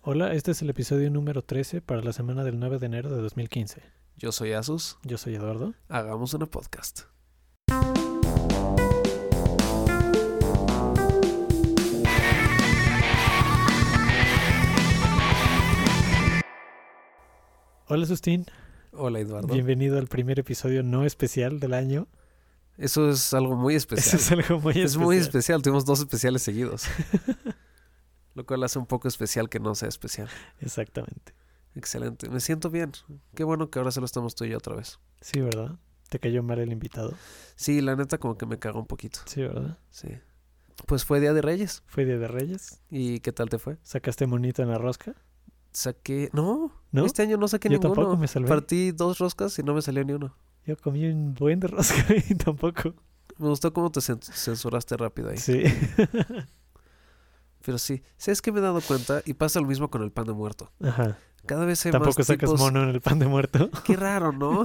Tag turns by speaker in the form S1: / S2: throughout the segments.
S1: Hola, este es el episodio número 13 para la semana del 9 de enero de 2015.
S2: Yo soy Asus,
S1: Yo soy Eduardo.
S2: hagamos una podcast.
S1: Hola, Sustín.
S2: Hola Eduardo.
S1: Bienvenido al primer episodio no especial del año.
S2: Eso es algo muy
S1: Eso
S2: especial.
S1: es algo muy
S2: es
S1: especial.
S2: muy especial, tuvimos dos especiales seguidos. Lo cual hace un poco especial que no sea especial.
S1: Exactamente.
S2: Excelente, me siento bien. Qué bueno que ahora solo estamos tú y yo otra vez.
S1: Sí, ¿verdad? Te cayó mal el invitado.
S2: Sí, la neta como que me cago un poquito.
S1: Sí, ¿verdad?
S2: Sí. Pues fue Día de Reyes.
S1: Fue Día de Reyes.
S2: ¿Y qué tal te fue?
S1: ¿Sacaste monito en la rosca?
S2: Saqué... No,
S1: ¿No?
S2: este año no saqué
S1: Yo
S2: ninguno.
S1: tampoco me salvé.
S2: Partí dos roscas y no me salió ni uno.
S1: Yo comí un buen de rosca y tampoco.
S2: Me gustó cómo te cen- censuraste rápido ahí.
S1: Sí.
S2: Pero sí, ¿sabes que me he dado cuenta? Y pasa lo mismo con el pan de muerto.
S1: Ajá.
S2: Cada vez hay
S1: Tampoco
S2: más
S1: sacas
S2: tipos...
S1: mono en el pan de muerto.
S2: Qué raro, ¿no?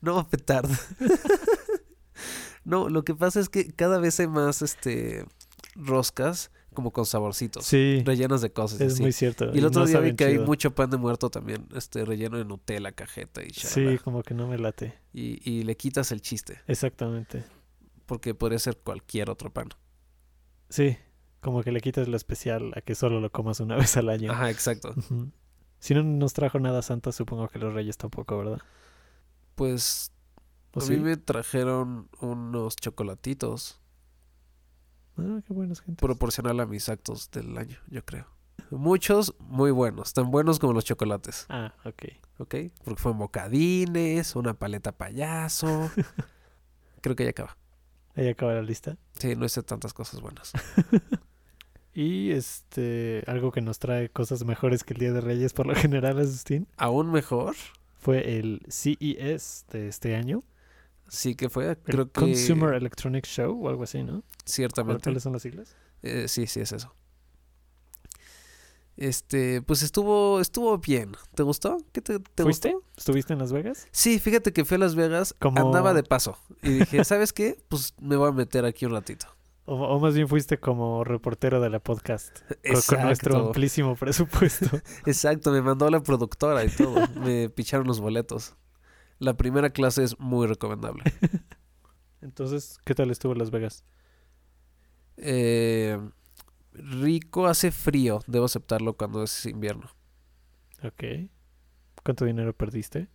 S2: no, petard. no, lo que pasa es que cada vez hay más este roscas como con saborcitos,
S1: Sí.
S2: rellenas de cosas y
S1: Es
S2: así.
S1: muy cierto.
S2: y el otro
S1: no
S2: día vi
S1: saben
S2: que hay
S1: chido.
S2: mucho pan de muerto también, este relleno de Nutella, cajeta y
S1: Sí,
S2: shalala.
S1: como que no me late.
S2: Y, y le quitas el chiste,
S1: Exactamente.
S2: porque podría ser cualquier otro pan.
S1: Sí, como que le quitas lo especial a que solo lo comas una vez al año.
S2: Ajá, exacto.
S1: Ujú. Si no nos trajo nada Santa, supongo que los Reyes tampoco, ¿verdad?
S2: Pues
S1: ¿O
S2: a
S1: sí?
S2: mí me trajeron unos chocolatitos
S1: Ah, qué buenos gente.
S2: proporcional a mis actos del año, yo creo. Muchos muy buenos, tan buenos como los chocolates.
S1: Ah, ok.
S2: ¿ok? Porque fueron bocadines, una paleta payaso. Creo que ya acaba.
S1: Ahí acaba la lista.
S2: Sí, no hice tantas cosas buenas.
S1: Y este, algo que nos trae cosas mejores que el Día de Reyes por lo general, Asustín,
S2: Aún mejor,
S1: fue el CES de este año.
S2: sí que fue,
S1: el
S2: creo que...
S1: Consumer Electronic Show o algo así, ¿no?
S2: Ciertamente.
S1: ¿Cuáles son las siglas?
S2: Eh, sí, sí, es eso. Este, pues estuvo, estuvo bien. ¿Te gustó? ¿Qué te, te
S1: ¿Fuiste?
S2: gustó?
S1: ¿Estuviste en Las Vegas?
S2: Sí, fíjate que fui a Las Vegas,
S1: Como-
S2: andaba de paso. Y dije, ¿sabes qué? Pues me voy a meter aquí un ratito.
S1: O, o más bien fuiste como reportero de la podcast. con- Con nuestro
S2: Exacto.
S1: amplísimo presupuesto.
S2: Exacto, me mandó la productora y todo. me picharon los boletos. La primera clase es muy recomendable.
S1: Entonces, ¿qué tal estuvo Las Vegas?
S2: Eh, rico hace frío, debo aceptarlo cuando es invierno.
S1: Ok. ¿Cuánto dinero perdiste?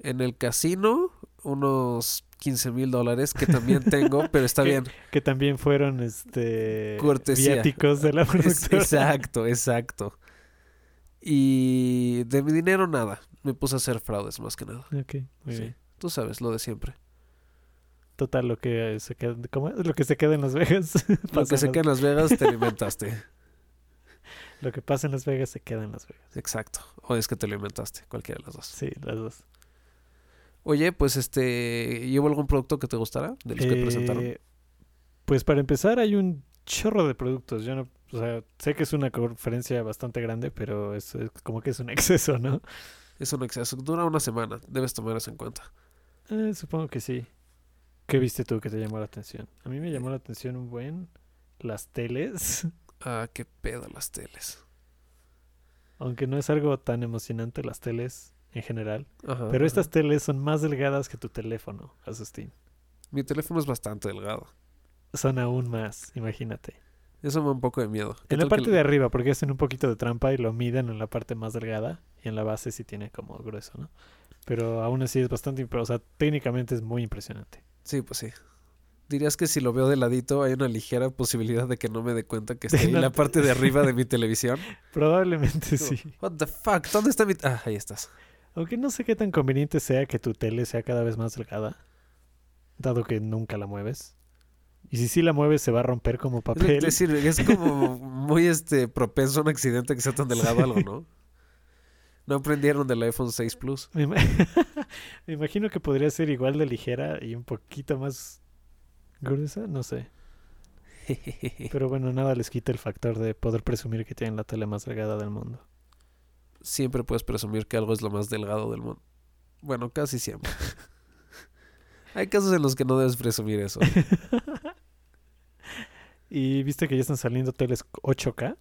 S2: En el casino, unos 15 mil dólares que también tengo, pero está
S1: ¿Qué?
S2: bien.
S1: Que también fueron este
S2: Cortesía.
S1: viáticos de la
S2: Es-
S1: productora.
S2: exacto, exacto. Y de mi dinero nada. Me puse a hacer fraudes más que nada.
S1: Ok, muy
S2: Sí.
S1: bien.
S2: Tú sabes, lo de siempre.
S1: Total lo que se queda, ¿cómo es? lo que se queda en Las Vegas.
S2: Lo
S1: pasa
S2: que
S1: en
S2: sé
S1: Las-
S2: que en Las Vegas te lo inventaste.
S1: lo que pasa en Las Vegas se queda en Las Vegas.
S2: Exacto. O es que te lo inventaste, cualquiera de las dos.
S1: Sí, las dos.
S2: Oye, pues este, ¿llevo algún producto que te gustara de los que
S1: Eh,
S2: presentaron?
S1: Pues para empezar hay un chorro de productos. Yo no, o sea, sé que es una conferencia bastante grande, pero es, es como que es un exceso, ¿no?
S2: Es un exceso, dura una semana, debes tomar eso en cuenta.
S1: Eh, supongo que sí. ¿Qué viste tú que te llamó la atención? A mí me llamó la atención un buen las teles,
S2: Ah, qué pedo las teles.
S1: aunque no es algo tan emocionante las teles en general,
S2: Ajá,
S1: pero estas
S2: ajá.
S1: teles son más delgadas que tu teléfono, Asustín.
S2: Mi teléfono es bastante delgado.
S1: Son aún más, imagínate.
S2: Eso me da un poco de miedo. ¿Qué
S1: En la
S2: tal que
S1: parte
S2: le-
S1: de arriba, porque hacen un poquito de trampa y lo miden en la parte más delgada y en la base sí tiene como grueso, ¿no? Pero aún así es bastante, impre- o sea, técnicamente es muy impresionante.
S2: Sí, pues sí. Dirías que si lo veo de ladito hay una ligera posibilidad de que no me dé cuenta que está
S1: De
S2: en
S1: no-
S2: la parte de arriba de mi televisión.
S1: Probablemente
S2: Como,
S1: sí.
S2: What the fuck? ¿Dónde está mi...? Ah, ahí estás.
S1: Aunque no sé qué tan conveniente sea que tu tele sea cada vez más delgada, dado que nunca la mueves. Y si sí la mueves, se va a romper como
S2: Es, lo que
S1: papel.
S2: te iba a decir, es como muy este propenso a un accidente que sea tan delgado algo, ¿no? No aprendieron del iPhone 6 Plus.
S1: Me, ima- me imagino que podría ser igual de ligera y un poquito más gruesa, no sé. Pero bueno, nada les quita el factor de poder presumir que tienen la tele más delgada del mundo.
S2: siempre puedes presumir que algo es lo más delgado del mundo. Bueno, casi siempre. Hay casos en los que no debes presumir eso.
S1: Y viste que ya están saliendo teles 8K.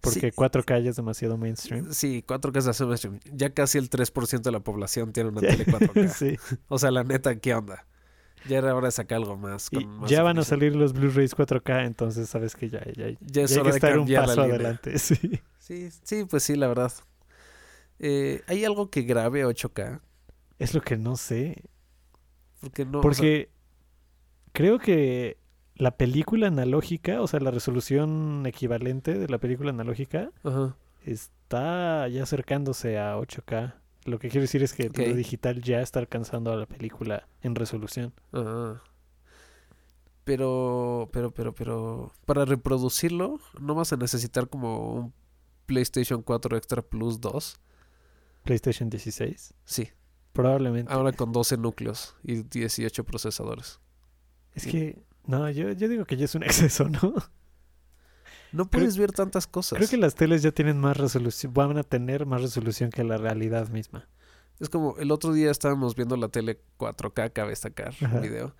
S1: Porque 4K ya es demasiado mainstream.
S2: Sí, 4K se hace mainstream. Ya casi el 3% de la población tiene una
S1: Ya.
S2: tele 4K.
S1: sí.
S2: O sea, la neta, ¿qué onda? Ya era hora de sacar algo más.
S1: Y
S2: con más
S1: ya van a
S2: definición.
S1: salir los Blu-rays 4K, entonces sabes que ya, ya,
S2: Ya es
S1: ya hay
S2: hora
S1: que
S2: de
S1: estar un
S2: cambiar la
S1: paso
S2: línea.
S1: adelante. Sí.
S2: Sí, sí, pues sí, la verdad. Eh, ¿Hay algo que grabe a 8K?
S1: Es lo que no sé.
S2: Porque no. o sea,
S1: Porque creo que la película analógica, o sea, la resolución equivalente de la película analógica,
S2: ajá.
S1: está ya acercándose a 8K. Lo que quiero decir es que
S2: Ok.
S1: lo digital ya está alcanzando a la película en resolución.
S2: Ah. Pero, pero, pero, pero, para reproducirlo, ¿no vas a necesitar como un PlayStation 4 Extra Plus 2?
S1: PlayStation 16,
S2: Sí,
S1: probablemente.
S2: ahora con 12 núcleos y 18 procesadores.
S1: es que, no, yo, yo digo que ya es un exceso, ¿no?
S2: No
S1: Creo-
S2: puedes ver tantas cosas.
S1: Creo que las teles ya tienen más resolución, van a tener más resolución que la realidad misma.
S2: Es como el otro día estábamos viendo la tele 4K, cabe destacar
S1: Ajá.
S2: un video,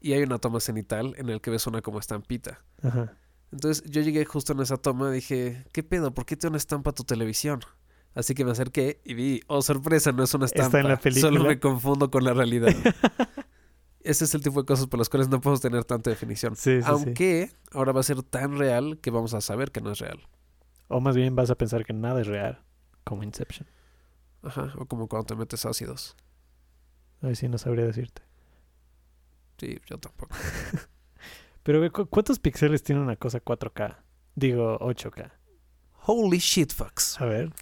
S2: y hay una toma cenital en el que ves una como estampita.
S1: Ajá.
S2: Entonces yo llegué justo en esa toma, dije, ¿qué pedo? ¿Por qué tiene una estampa tu televisión? Así que me acerqué y vi, oh sorpresa, no es una
S1: Está
S2: estampa.
S1: en la película.
S2: Solo me confundo con la realidad. Ese es el tipo de cosas por las cuales no podemos tener tanta definición.
S1: Sí, sí, sí.
S2: Aunque ahora va a ser tan real que vamos a saber que no es real.
S1: O más bien vas a pensar que nada es real, como Inception.
S2: Ajá, o como cuando te metes ácidos.
S1: Ay, sí, no sabría decirte.
S2: Sí, yo tampoco.
S1: Pero ve, ¿cu- ¿cuántos píxeles tiene una cosa 4K? Digo 8K.
S2: Holy shit, fucks.
S1: A ver,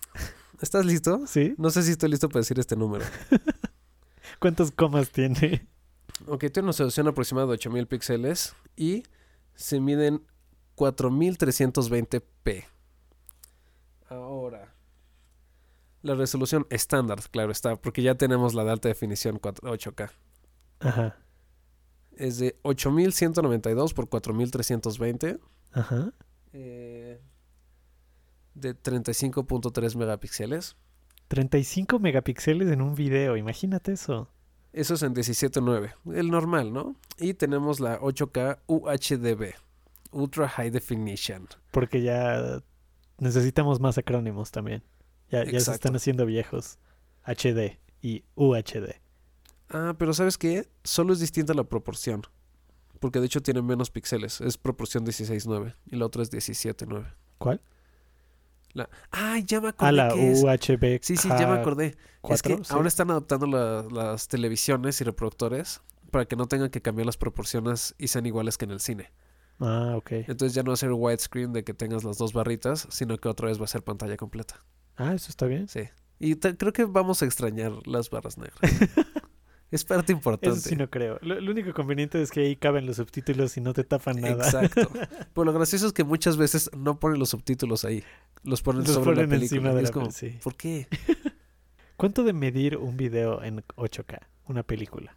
S2: ¿Estás listo?
S1: ¿sí?
S2: No sé si estoy listo para decir este número.
S1: ¿Cuántas comas tiene?
S2: Ok, tiene una solución aproximada de 8000 píxeles y se miden 4320p. Ahora, la resolución estándar, claro está, porque ya tenemos la de alta definición 4- 8K.
S1: Ajá,
S2: Es de 8192 por 4320
S1: ajá.
S2: eh, de 35.3 megapíxeles.
S1: 35 megapíxeles en un video, imagínate eso.
S2: Eso es en 17.9, el normal, ¿no? Y tenemos la 8K UHDB, Ultra High Definition.
S1: Porque ya necesitamos más acrónimos también. Ya, ya se
S2: Exacto.
S1: están haciendo viejos. HD y UHD.
S2: Ah, pero ¿sabes qué? Solo es distinta la proporción. Porque de hecho tiene menos píxeles. Es proporción 16.9 y la otra es 17.9.
S1: ¿Cuál?
S2: La... Ah, ya me acordé.
S1: A la
S2: qué es.
S1: UHB.
S2: Sí, sí, ya me acordé. es que
S1: sí.
S2: ahora están adaptando la- las televisiones y reproductores para que no tengan que cambiar las proporciones y sean iguales que en el cine.
S1: Ah, ok.
S2: Entonces ya no va a ser widescreen de que tengas las dos barritas, sino que otra vez va a ser pantalla completa.
S1: Ah, eso está bien.
S2: Sí. Y te- creo que vamos a extrañar las barras negras. es parte importante.
S1: Eso sí no creo. Lo, lo único conveniente es que ahí caben los subtítulos y no te tapan nada.
S2: Exacto. Pero lo gracioso es que muchas veces no ponen los subtítulos ahí. Los ponen
S1: Los
S2: sobre
S1: ponen
S2: la película.
S1: encima de
S2: Y es
S1: la
S2: como,
S1: pel- sí.
S2: ¿Por qué?
S1: ¿Cuánto de medir un video en 8K? Una película.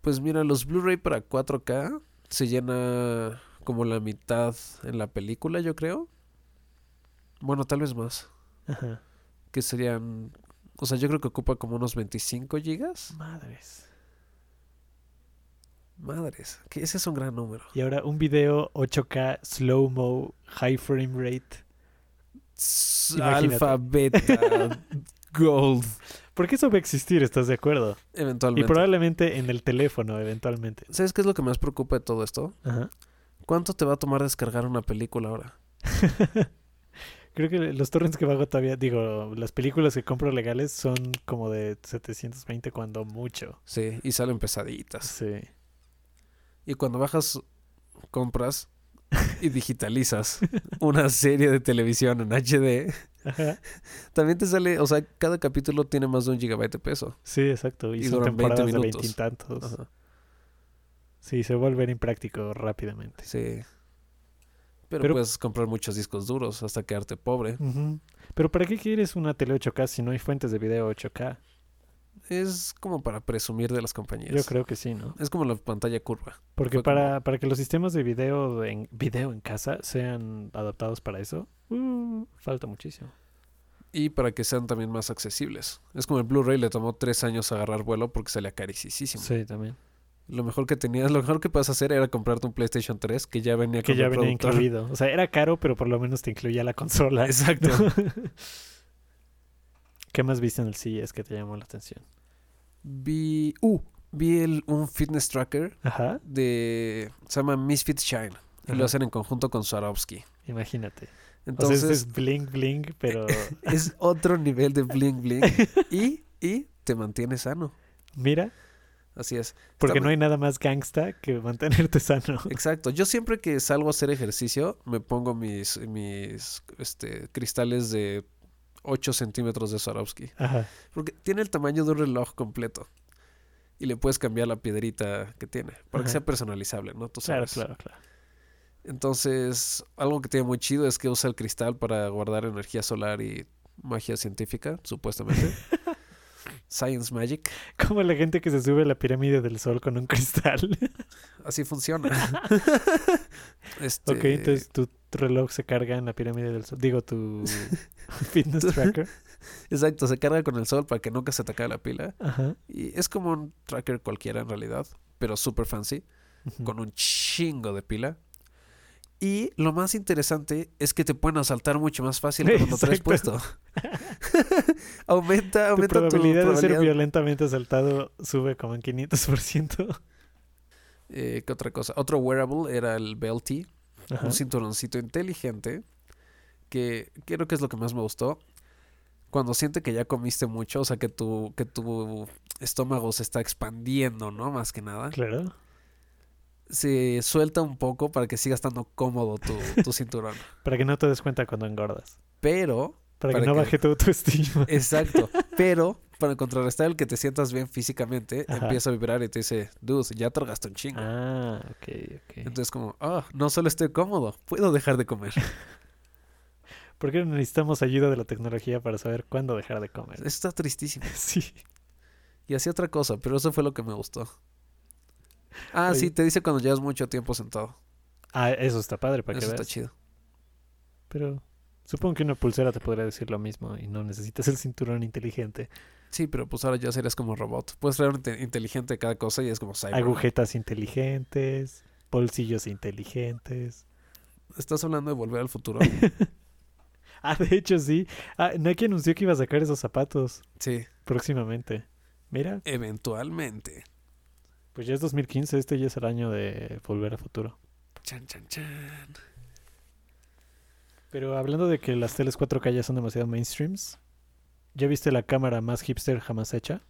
S2: Pues mira, los Blu-ray para 4K se llena como la mitad en la película, yo creo. Bueno, tal vez más.
S1: Ajá.
S2: Que serían... O sea, yo creo que ocupa como unos 25 gigas.
S1: Madres.
S2: Madres, que ese es un gran número.
S1: Y ahora un video 8K, slow-mo, high frame rate.
S2: S-
S1: Imagínate.
S2: Alfa, beta, gold.
S1: Porque eso va a existir, ¿estás de acuerdo? Y
S2: Eventualmente.
S1: probablemente en el teléfono, eventualmente.
S2: ¿Sabes qué es lo que más preocupa de todo esto?
S1: Ajá.
S2: ¿Cuánto te va a tomar descargar una película ahora?
S1: Creo que los torrents que bajo todavía, digo, las películas que compro legales son como de 720 cuando mucho.
S2: Sí, y salen pesaditas.
S1: Sí.
S2: Y cuando bajas, compras y digitalizas una serie de televisión en HD,
S1: Ajá.
S2: también te sale, o sea, cada capítulo tiene más de un gigabyte de peso.
S1: Sí, exacto. Y,
S2: Y
S1: son
S2: duran 20
S1: temporadas de
S2: minutos.
S1: veintitantos.
S2: Ajá,
S1: Sí, se vuelve impráctico rápidamente.
S2: Sí. Pero,
S1: Pero-
S2: puedes comprar muchos discos duros hasta quedarte pobre.
S1: Ujú. Pero ¿para qué quieres una tele 8K si no hay fuentes de video 8K?
S2: Es como para presumir de las compañías.
S1: Yo creo que sí, ¿no?
S2: Es como la pantalla curva.
S1: Porque
S2: Fue como-
S1: para, para que los sistemas de video en, video en casa sean adaptados para eso, uh, falta muchísimo.
S2: Y para que sean también más accesibles. Es como el Blu-ray le tomó tres años agarrar vuelo porque salía carísimo.
S1: Sí, también.
S2: Lo mejor que tenías, lo mejor que puedes hacer era comprarte un PlayStation 3 que ya venía
S1: Que
S2: con
S1: ya
S2: el
S1: venía
S2: productor.
S1: incluido. O sea, era caro, pero por lo menos te incluía la consola.
S2: Exacto.
S1: ¿Qué más viste en el CES que te llamó la atención?
S2: Vi, uh, vi el- un fitness tracker
S1: Ajá,
S2: de, se llama Misfit Shine. Y
S1: Ajá.
S2: lo hacen en conjunto con Swarovski.
S1: imagínate.
S2: Entonces, eh,
S1: o sea, este es bling bling, pero
S2: es otro nivel de bling bling y, y te mantiene sano.
S1: mira,
S2: Así es.
S1: porque
S2: Está-
S1: no hay nada más gangsta que mantenerte sano.
S2: Exacto. Yo siempre que salgo a hacer ejercicio, me pongo mis, mis este, cristales de 8 centímetros de Swarovski.
S1: Ajá.
S2: Porque tiene el tamaño de un reloj completo. Y le puedes cambiar la piedrita que tiene.
S1: Ajá.
S2: Para que sea personalizable, ¿no? Tú
S1: Claro,
S2: sabes.
S1: claro, claro.
S2: Entonces, algo que tiene muy chido es que usa el cristal para guardar energía solar y magia científica, supuestamente. Science Magic.
S1: Como la gente que se sube a la pirámide del sol con un cristal.
S2: Así funciona. este,
S1: Ok, entonces tu reloj se carga en la pirámide del sol. Digo, tu fitness tracker.
S2: Exacto, se carga con el sol para que nunca se te acabe la pila.
S1: Ajá.
S2: Y es como un tracker cualquiera en realidad, pero super fancy,
S1: Ujú.
S2: con un chingo de pila. Y lo más interesante es que te pueden asaltar mucho más fácil cuando lo traes
S1: Exacto.
S2: puesto. aumenta,
S1: Tu
S2: aumenta tu
S1: probabilidad de ser
S2: probabilidad.
S1: violentamente asaltado sube como en 500%.
S2: Eh, ¿Qué otra cosa? Otro wearable era el Belty,
S1: Ajá.
S2: un cinturoncito inteligente que creo que es lo que más me gustó. Cuando siente que ya comiste mucho, o sea, que tu, que tu estómago se está expandiendo, ¿no? Más que nada.
S1: Claro.
S2: Se suelta un poco para que siga estando cómodo tu, tu cinturón.
S1: Para que no te des cuenta cuando engordas.
S2: Pero,
S1: Para,
S2: Para
S1: que no
S2: que-
S1: baje tu autoestima.
S2: exacto, pero para contrarrestar el que te sientas bien físicamente,
S1: Ajá.
S2: empieza a vibrar y te dice, dude, ya tragaste un chingo.
S1: Ah, ok, ok.
S2: Entonces como, ah, no solo estoy cómodo, puedo dejar de comer.
S1: ¿Por qué necesitamos ayuda de la tecnología para saber cuándo dejar de
S2: Eso
S1: comer?
S2: está tristísimo.
S1: Sí.
S2: Y hacía otra cosa, pero eso fue lo que me gustó. Ah,
S1: Oye.
S2: sí, te dice cuando llevas mucho tiempo sentado.
S1: Ah, eso está padre para que
S2: Eso está
S1: veas.
S2: chido.
S1: Pero supongo que una pulsera te podría decir lo mismo y no necesitas el cinturón inteligente.
S2: Sí, pero pues ahora ya serías como robot. Puedes traer un te- inteligente de cada cosa y es como cyber.
S1: Agujetas inteligentes, bolsillos inteligentes.
S2: ¿Estás hablando de volver al futuro?
S1: Ah, de hecho sí. Ah, Nike anunció que iba a sacar esos zapatos
S2: sí,
S1: próximamente. Mira,
S2: eventualmente.
S1: pues ya es 2015, este ya es el año de volver a futuro.
S2: Chan, chan, chan.
S1: Pero hablando de que las teles 4K ya son demasiado mainstreams, ¿ya viste la cámara más hipster jamás hecha?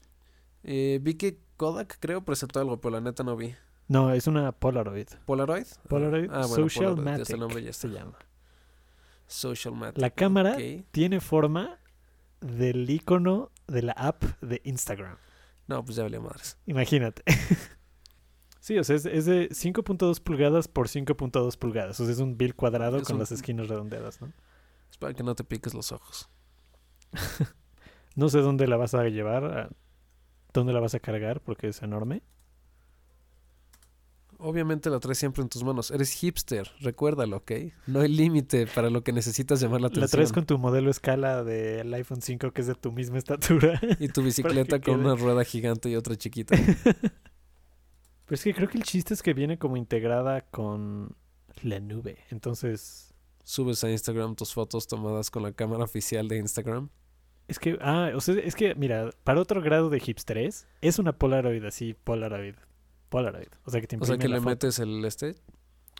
S2: Eh, vi que Kodak, creo, presentó algo, pero la neta no vi.
S1: No, es una Polaroid.
S2: ¿Polaroid?
S1: Polaroid
S2: Ah, bueno,
S1: Social
S2: Polaroid,
S1: Matic
S2: desde el nombre ya
S1: se
S2: está.
S1: llama.
S2: Social Matic.
S1: La cámara
S2: ok.
S1: tiene forma del icono de la app de Instagram.
S2: No, pues ya valía madres.
S1: Imagínate. Sí, o sea, es, es de 5.2 pulgadas por 5.2 pulgadas. O sea, es un bill cuadrado
S2: Es
S1: con
S2: un-
S1: las esquinas redondeadas, ¿no?
S2: Es para que no te piques los ojos.
S1: No sé dónde la vas a llevar, a- dónde la vas a cargar, porque es enorme.
S2: Obviamente la traes siempre en tus manos. Eres hipster, recuérdalo, ¿ok? No hay límite para lo que necesitas llamar la
S1: La
S2: atención.
S1: traes con tu modelo escala del iPhone 5, que es de tu misma estatura.
S2: Y tu bicicleta
S1: que
S2: con
S1: quede.
S2: una rueda gigante y otra chiquita.
S1: Pero es que creo que el chiste es que viene como integrada con la nube. Entonces,
S2: Subes a Instagram tus fotos tomadas con la cámara oficial de Instagram.
S1: es que, ah, o sea, es que, mira, para otro grado de hipsteres, es una Polaroid así, Polaroid. Polaroid. O sea, que te
S2: O
S1: imprime
S2: sea que
S1: la
S2: le
S1: foto.
S2: metes el este.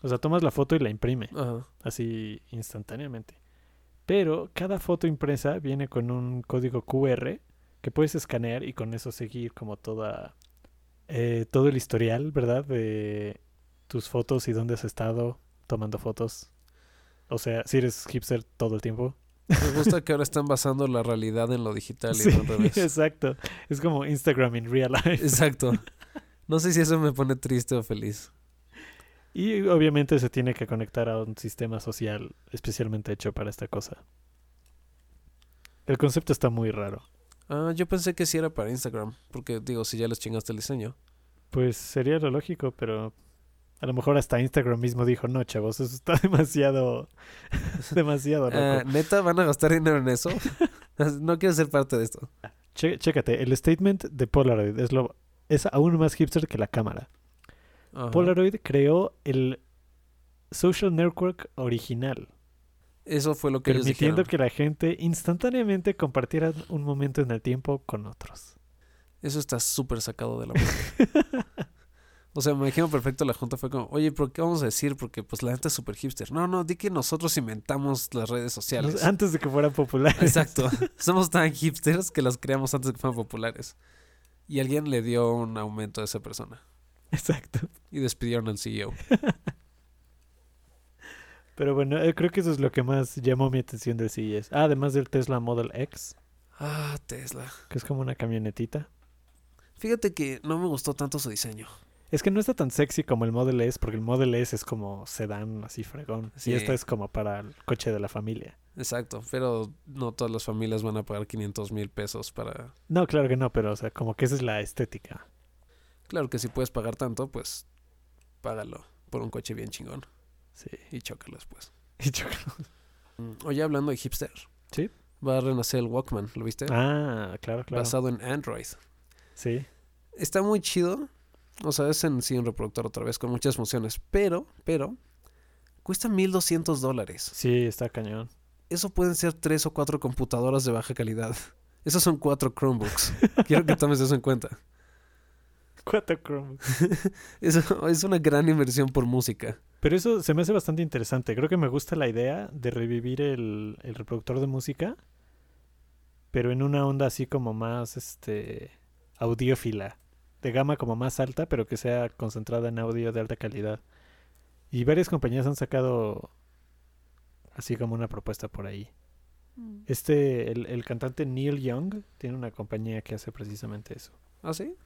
S1: O sea, tomas la foto y la imprime,
S2: Ajá.
S1: así instantáneamente. Pero cada foto impresa viene con un código QR que puedes escanear y con eso seguir como toda eh, todo el historial, ¿verdad? De tus fotos y dónde has estado tomando fotos. O sea, si eres hipster todo el tiempo.
S2: Me gusta que ahora están basando la realidad en lo digital y
S1: Sí,
S2: no al revés.
S1: exacto. Es como Instagram in real life.
S2: Exacto. No sé si eso me pone triste o feliz.
S1: Y obviamente se tiene que conectar a un sistema social especialmente hecho para esta cosa. El concepto está muy raro.
S2: Ah, yo pensé que sí era para Instagram. Porque digo, si ya les chingaste el diseño.
S1: Pues sería lo lógico, pero a lo mejor hasta Instagram mismo dijo, no, chavos, eso está demasiado, demasiado loco.
S2: Ah, Neta, van a gastar dinero en eso. no quiero ser parte de esto.
S1: Che- chécate, el statement de Polaroid es, lo, es aún más hipster que la cámara.
S2: Ajá.
S1: Polaroid creó el social network original,
S2: Eso fue lo que ellos
S1: permitiendo
S2: dijeron.
S1: que la gente instantáneamente compartiera un momento en el tiempo con otros.
S2: Eso está súper sacado de la manga. O sea, me imagino perfecto la junta fue como, oye, ¿pero qué vamos a decir? Porque pues la gente es súper hipster. No, no, di que nosotros inventamos las redes sociales.
S1: Nos- Antes de que fueran populares.
S2: Exacto. Somos tan hipsters que las creamos antes de que fueran populares. Y alguien le dio un aumento a esa persona.
S1: Exacto.
S2: Y despidieron al E CEO.
S1: Pero bueno, eh, creo que eso es lo que más llamó mi atención del CES. Ah, además del Tesla Model X,
S2: Ah, Tesla.
S1: que es como una camionetita.
S2: Fíjate que no me gustó tanto su diseño.
S1: Es que no está tan sexy como el Model S, porque el Model S es como sedán, así fregón.
S2: Sí.
S1: Y esta es como para el coche de la familia.
S2: Exacto. Pero no todas las familias van a pagar 500 mil pesos para...
S1: No, claro que no, pero o sea, como que esa es la estética.
S2: Claro que si puedes pagar tanto, pues págalo por un coche bien chingón.
S1: Sí.
S2: Y chócalo después.
S1: Y yo creo-
S2: Mm, Oye, hablando de hipster.
S1: Sí.
S2: Va a renacer el Walkman, ¿lo viste?
S1: Ah, claro, claro.
S2: Basado en Android.
S1: Sí.
S2: Está muy chido. O sea, es en sí un reproductor otra vez con muchas funciones. Pero, pero, cuesta 1200 dólares.
S1: Sí, está cañón.
S2: Eso pueden ser tres o cuatro computadoras de baja calidad. Esos son cuatro Chromebooks. Quiero que tomes eso en cuenta.
S1: Cuatro Chromebooks.
S2: Eso es una gran inversión por música.
S1: Pero eso se me hace bastante interesante. Creo que me gusta la idea de revivir el, el reproductor de música, pero en una onda así como más este audiófila, de gama como más alta, pero que sea concentrada en audio de alta calidad. Y varias compañías han sacado así como una propuesta por ahí. Este, el, el cantante Neil Young tiene una compañía que hace precisamente eso.
S2: ¿Ah, sí?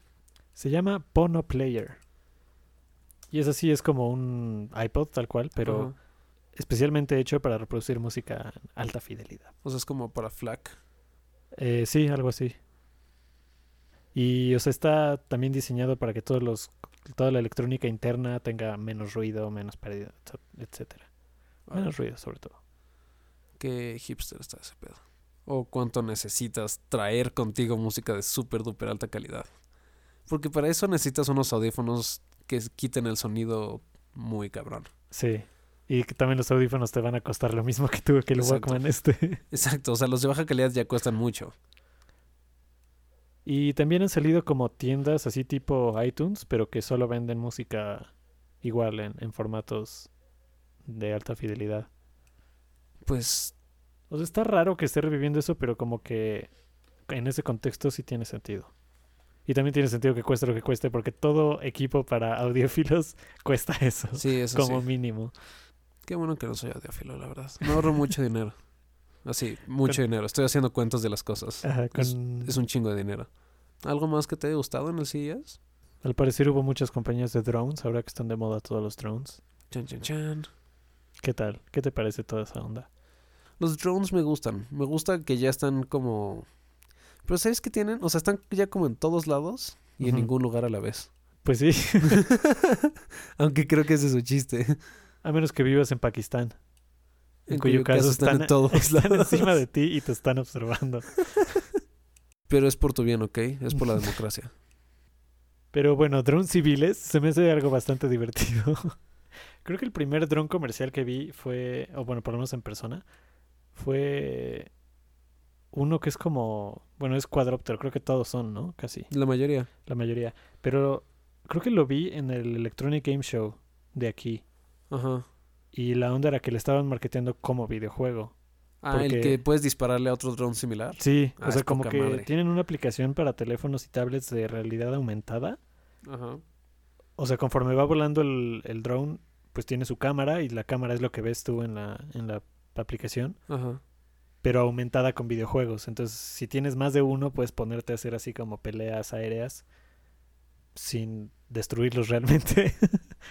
S1: Se llama Pono Player. Y es así, es como un iPod tal cual, pero
S2: Ajá.
S1: especialmente hecho para reproducir música en alta fidelidad.
S2: O sea, es como para FLAC.
S1: Eh, sí, algo así. Y o sea, está también diseñado para que todos los toda la electrónica interna tenga menos ruido, menos pérdida, etc- etcétera. Menos ruido sobre todo.
S2: Qué hipster está ese pedo. O cuánto necesitas traer contigo música de súper duper alta calidad. Porque para eso necesitas unos audífonos que s- quiten el sonido muy cabrón.
S1: Sí. Y que también los audífonos te van a costar lo mismo que tuve que el
S2: Exacto.
S1: Walkman este.
S2: Exacto, o sea, los de baja calidad ya cuestan mucho.
S1: Y también han salido como tiendas así tipo iTunes, pero que solo venden música igual en, en formatos de alta fidelidad.
S2: Pues
S1: O sea, está raro que esté reviviendo eso, pero como que en ese contexto sí tiene sentido. Y también tiene sentido que cueste lo que cueste, porque todo equipo para audiófilos cuesta eso,
S2: sí, eso
S1: como
S2: sí.
S1: mínimo.
S2: Qué bueno que no soy audiófilo, la verdad. Me ahorro mucho dinero. Así, mucho dinero. Estoy haciendo cuentas de las cosas.
S1: Ajá, con-
S2: Es un chingo de dinero. ¿Algo más que te haya gustado en el E CES?
S1: Al parecer hubo muchas compañías de drones, ahora que están de moda todos los drones.
S2: Chan, chan, chan.
S1: ¿Qué tal? ¿Qué te parece toda esa onda?
S2: Los drones me gustan. Me gusta que ya están como. Pero ¿sabes qué tienen? O sea, están ya como en todos lados y en
S1: Ujú.
S2: ningún lugar a la vez.
S1: Pues sí,
S2: Aunque creo que ese es su chiste.
S1: a menos que vivas en Pakistán.
S2: En cuyo caso están en todos
S1: están
S2: lados.
S1: encima de ti y te están observando.
S2: Pero es por tu bien, ¿ok? Es por la democracia.
S1: Pero bueno, drones civiles se me hace algo bastante divertido. Creo que el primer dron comercial que vi fue, o bueno, por lo menos en persona, fue uno que es como, bueno, es cuadróptero, creo que todos son, ¿no? Casi,
S2: La mayoría.
S1: la mayoría. Pero creo que lo vi en el Electronic Game Show de aquí.
S2: Ajá.
S1: Y la onda era que le estaban marketeando como videojuego.
S2: Ah,
S1: Porque-
S2: el que puedes dispararle a otro dron similar.
S1: Sí,
S2: Ah,
S1: o sea,
S2: es
S1: como
S2: poca
S1: que
S2: madre.
S1: tienen una aplicación para teléfonos y tablets de realidad aumentada.
S2: Ajá.
S1: O sea, conforme va volando el, el drone, pues tiene su cámara y la cámara es lo que ves tú en la, en la aplicación,
S2: Ajá.
S1: pero aumentada con videojuegos. Entonces, si tienes más de uno, puedes ponerte a hacer así como peleas aéreas sin destruirlos realmente.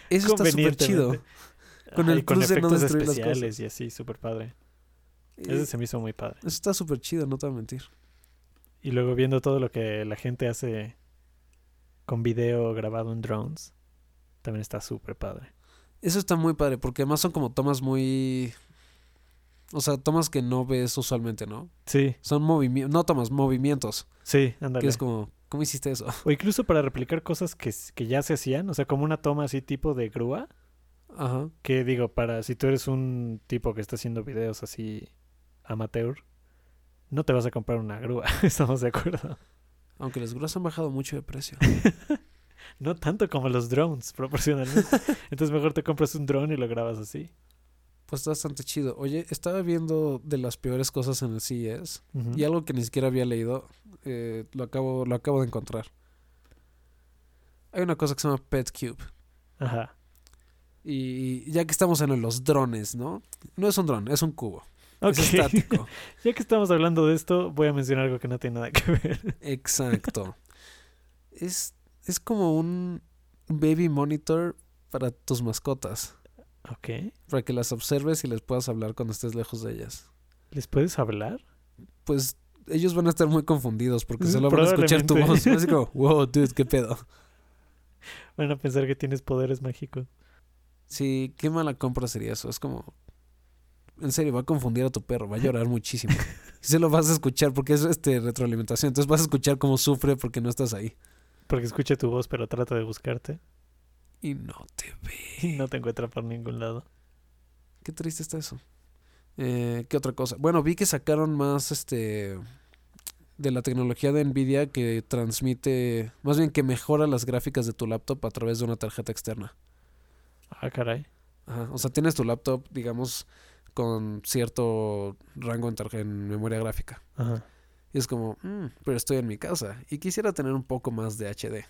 S2: Eso está súper chido.
S1: Convenientemente.
S2: Con el
S1: Ajá, y con
S2: plus de no
S1: efectos
S2: destruir las
S1: especiales y así, súper padre. Ese
S2: Eh,
S1: se me hizo muy padre.
S2: Eso está súper chido, no te voy a mentir.
S1: Y luego viendo todo lo que la gente hace con video grabado en drones, también está súper padre.
S2: Eso está muy padre, porque además son como tomas muy... O sea, tomas que no ves usualmente, ¿no?
S1: Sí,
S2: Son movimientos, no tomas movimientos.
S1: sí,
S2: Que
S1: ándale.
S2: es como, ¿Cómo hiciste eso?
S1: O incluso para replicar cosas que, s- que ya se hacían, o sea, como una toma así tipo de grúa,
S2: Ajá.
S1: que digo, para si tú eres un tipo que está haciendo videos así amateur, no te vas a comprar una grúa, estamos de acuerdo.
S2: Aunque las grúas han bajado mucho de precio.
S1: No tanto como los drones, proporcionalmente. Entonces mejor te compras un drone y lo grabas así.
S2: Pues está bastante chido. Oye, estaba viendo de las peores cosas en el CES.
S1: Ujú.
S2: Y algo que ni siquiera había leído, eh, lo, acabo, lo acabo de encontrar. Hay una cosa que se llama Pet Cube.
S1: Ajá.
S2: Y ya que estamos en los drones, ¿no? No es un dron, es un cubo.
S1: Ok.
S2: Es estático.
S1: ya que estamos hablando de esto, voy a mencionar algo que no tiene nada que ver.
S2: Exacto. es, es como un baby monitor para tus mascotas.
S1: Ok.
S2: Para que las observes y les puedas hablar cuando estés lejos de ellas.
S1: ¿Les puedes hablar?
S2: Pues ellos van a estar muy confundidos porque solo van a escuchar tu voz.
S1: Probablemente.
S2: Así como, wow, dude, qué pedo.
S1: Van a pensar que tienes poderes mágicos.
S2: Sí, qué mala compra sería eso. Es como. En serio, va a confundir a tu perro, va a llorar muchísimo. Y se lo vas a escuchar porque es este retroalimentación. Entonces vas a escuchar cómo sufre porque no estás ahí.
S1: Porque escucha tu voz, pero trata de buscarte.
S2: Y no te
S1: Y
S2: ve.
S1: no te encuentra por ningún lado.
S2: Qué triste está eso. Eh, ¿Qué otra cosa? Bueno, vi que sacaron más este. De la tecnología de Nvidia que transmite. Más bien que mejora las gráficas de tu laptop a través de una tarjeta externa.
S1: Ah, caray.
S2: Ajá, O sea, tienes tu laptop, digamos, con cierto rango en, tarje- en memoria gráfica.
S1: Ajá.
S2: Y es como, "Mm, pero estoy en mi casa y quisiera tener un poco más de HD.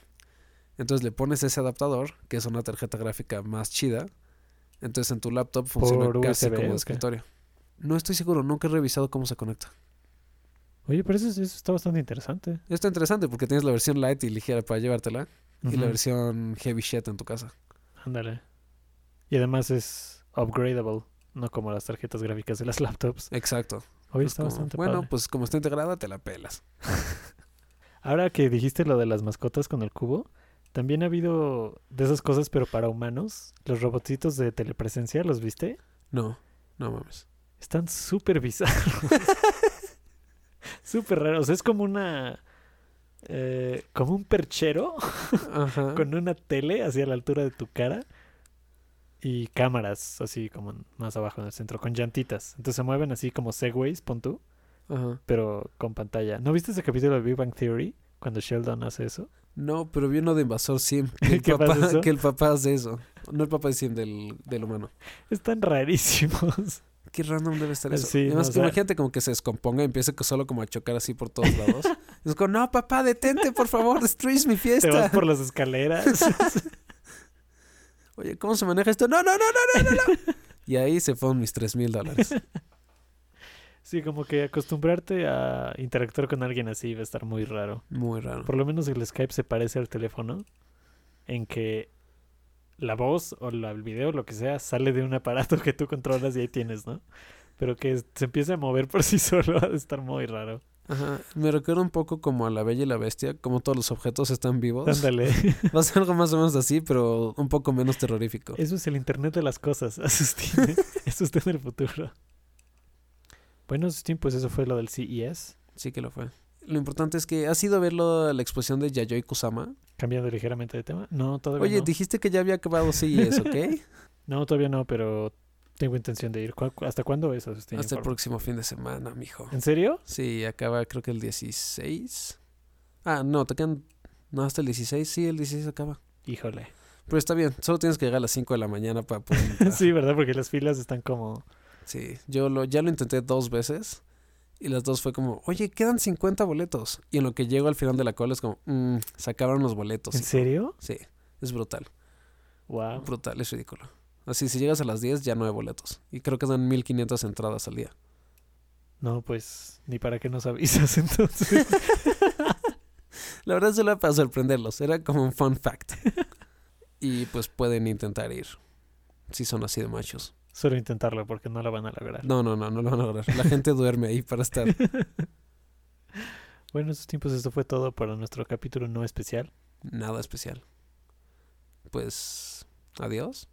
S2: Entonces le pones ese adaptador, que es una tarjeta gráfica más chida. Entonces en tu laptop funciona
S1: ¿Por
S2: casi
S1: USB
S2: como de
S1: o qué?
S2: escritorio. No estoy seguro, nunca he revisado cómo se conecta.
S1: Oye, pero eso, eso está bastante interesante.
S2: Está interesante porque tienes la versión light y ligera para llevártela y la
S1: Ujú.
S2: versión heavy shit en tu casa.
S1: Ándale. Y además es upgradable, no como las tarjetas gráficas de las laptops.
S2: Exacto.
S1: Oye,
S2: Es
S1: está
S2: como,
S1: bastante
S2: bueno,
S1: padre.
S2: pues como está integrada, te la pelas.
S1: Ahora que dijiste lo de las mascotas con el cubo, también ha habido de esas cosas, pero para humanos. Los robotitos de telepresencia, ¿los viste?
S2: No, no mames.
S1: Están súper bizarros. súper raros. Es como una. eh, como un perchero
S2: Ajá.
S1: con una tele hacia la altura de tu cara y cámaras así como en- más abajo en el centro, con llantitas. Entonces se mueven así como segways, pon tú,
S2: Ajá.
S1: pero con pantalla. ¿No viste ese capítulo de Big Bang Theory? Cuando Sheldon hace eso.
S2: No, pero vi uno de Invasor Sim. Que el,
S1: ¿Qué
S2: papá,
S1: pasa eso?
S2: que el papá hace eso. No el papá de Sim, del, del humano.
S1: Están rarísimos.
S2: Qué random debe estar eso.
S1: Sí,
S2: Además,
S1: o sea-
S2: imagínate como que se descomponga y empiece co- solo como a chocar así por todos lados. es como, no, papá, detente, por favor, destruyes mi
S1: Te
S2: fiesta.
S1: vas por las escaleras.
S2: Oye, ¿cómo se maneja esto? No, no, no, no, no, no. no". y ahí se fueron mis tres mil dólares.
S1: sí, como que acostumbrarte a interactuar con alguien así va a estar muy raro.
S2: Muy raro.
S1: Por lo menos el Skype se parece al teléfono en que la voz o la- el video, lo que sea, sale de un aparato que tú controlas y ahí tienes, ¿no? Pero que es- se empiece a mover por sí solo ha de estar muy raro.
S2: Ajá. Me recuerda un poco como a La Bella y la Bestia, como todos los objetos están vivos.
S1: Ándale.
S2: Va a ser algo más o menos así, pero un poco menos terrorífico.
S1: Eso es el Internet de las cosas, Asustín. Eso está en el futuro. Bueno, Asustín, pues eso fue lo del CES.
S2: Sí que lo fue. Lo importante es que has ido a ver lo- la exposición de Yayoi Kusama.
S1: Cambiando ligeramente de tema. No, todavía
S2: Oye,
S1: no.
S2: dijiste que ya había acabado CES, ¿ok?
S1: No, todavía no, pero tengo intención de ir. ¿Cu- cu- ¿Hasta cuándo es, Asustín?
S2: Hasta el
S1: Informa.
S2: próximo fin de semana, mijo.
S1: ¿En serio?
S2: Sí, acaba creo que el 16. Ah, no, te quedan... No, hasta el 16. Sí, el 16 acaba.
S1: Híjole.
S2: Pero está bien, solo tienes que llegar a las 5 de la mañana para poder... entrar.
S1: Sí, ¿verdad? Porque las filas están como...
S2: Sí, yo lo, ya lo intenté dos veces y las dos fue como, oye, quedan 50 boletos. Y en lo que llego al final de la cola es como, "Mm, se acabaron los boletos.
S1: ¿En serio?
S2: Sí, es brutal.
S1: Wow.
S2: Brutal, es ridículo. Así, si llegas a las 10 ya no hay boletos. Y creo que dan 1500 entradas al día.
S1: No, pues ni para qué nos avisas entonces.
S2: La verdad solo era para sorprenderlos, era como un fun fact. y pues pueden intentar ir. Si son así de machos.
S1: Solo intentarlo porque no lo van a lograr.
S2: No, no, no, no lo van a lograr. La gente duerme ahí para estar.
S1: Bueno, en estos tiempos esto fue todo para nuestro capítulo no especial.
S2: Nada especial. Pues, adiós.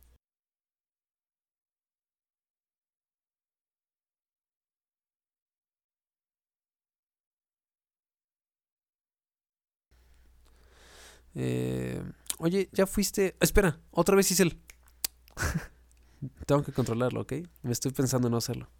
S2: Eh, oye, ya fuiste. Espera, otra vez hice el. Tengo que controlarlo, ¿ok? Me estoy pensando en no hacerlo.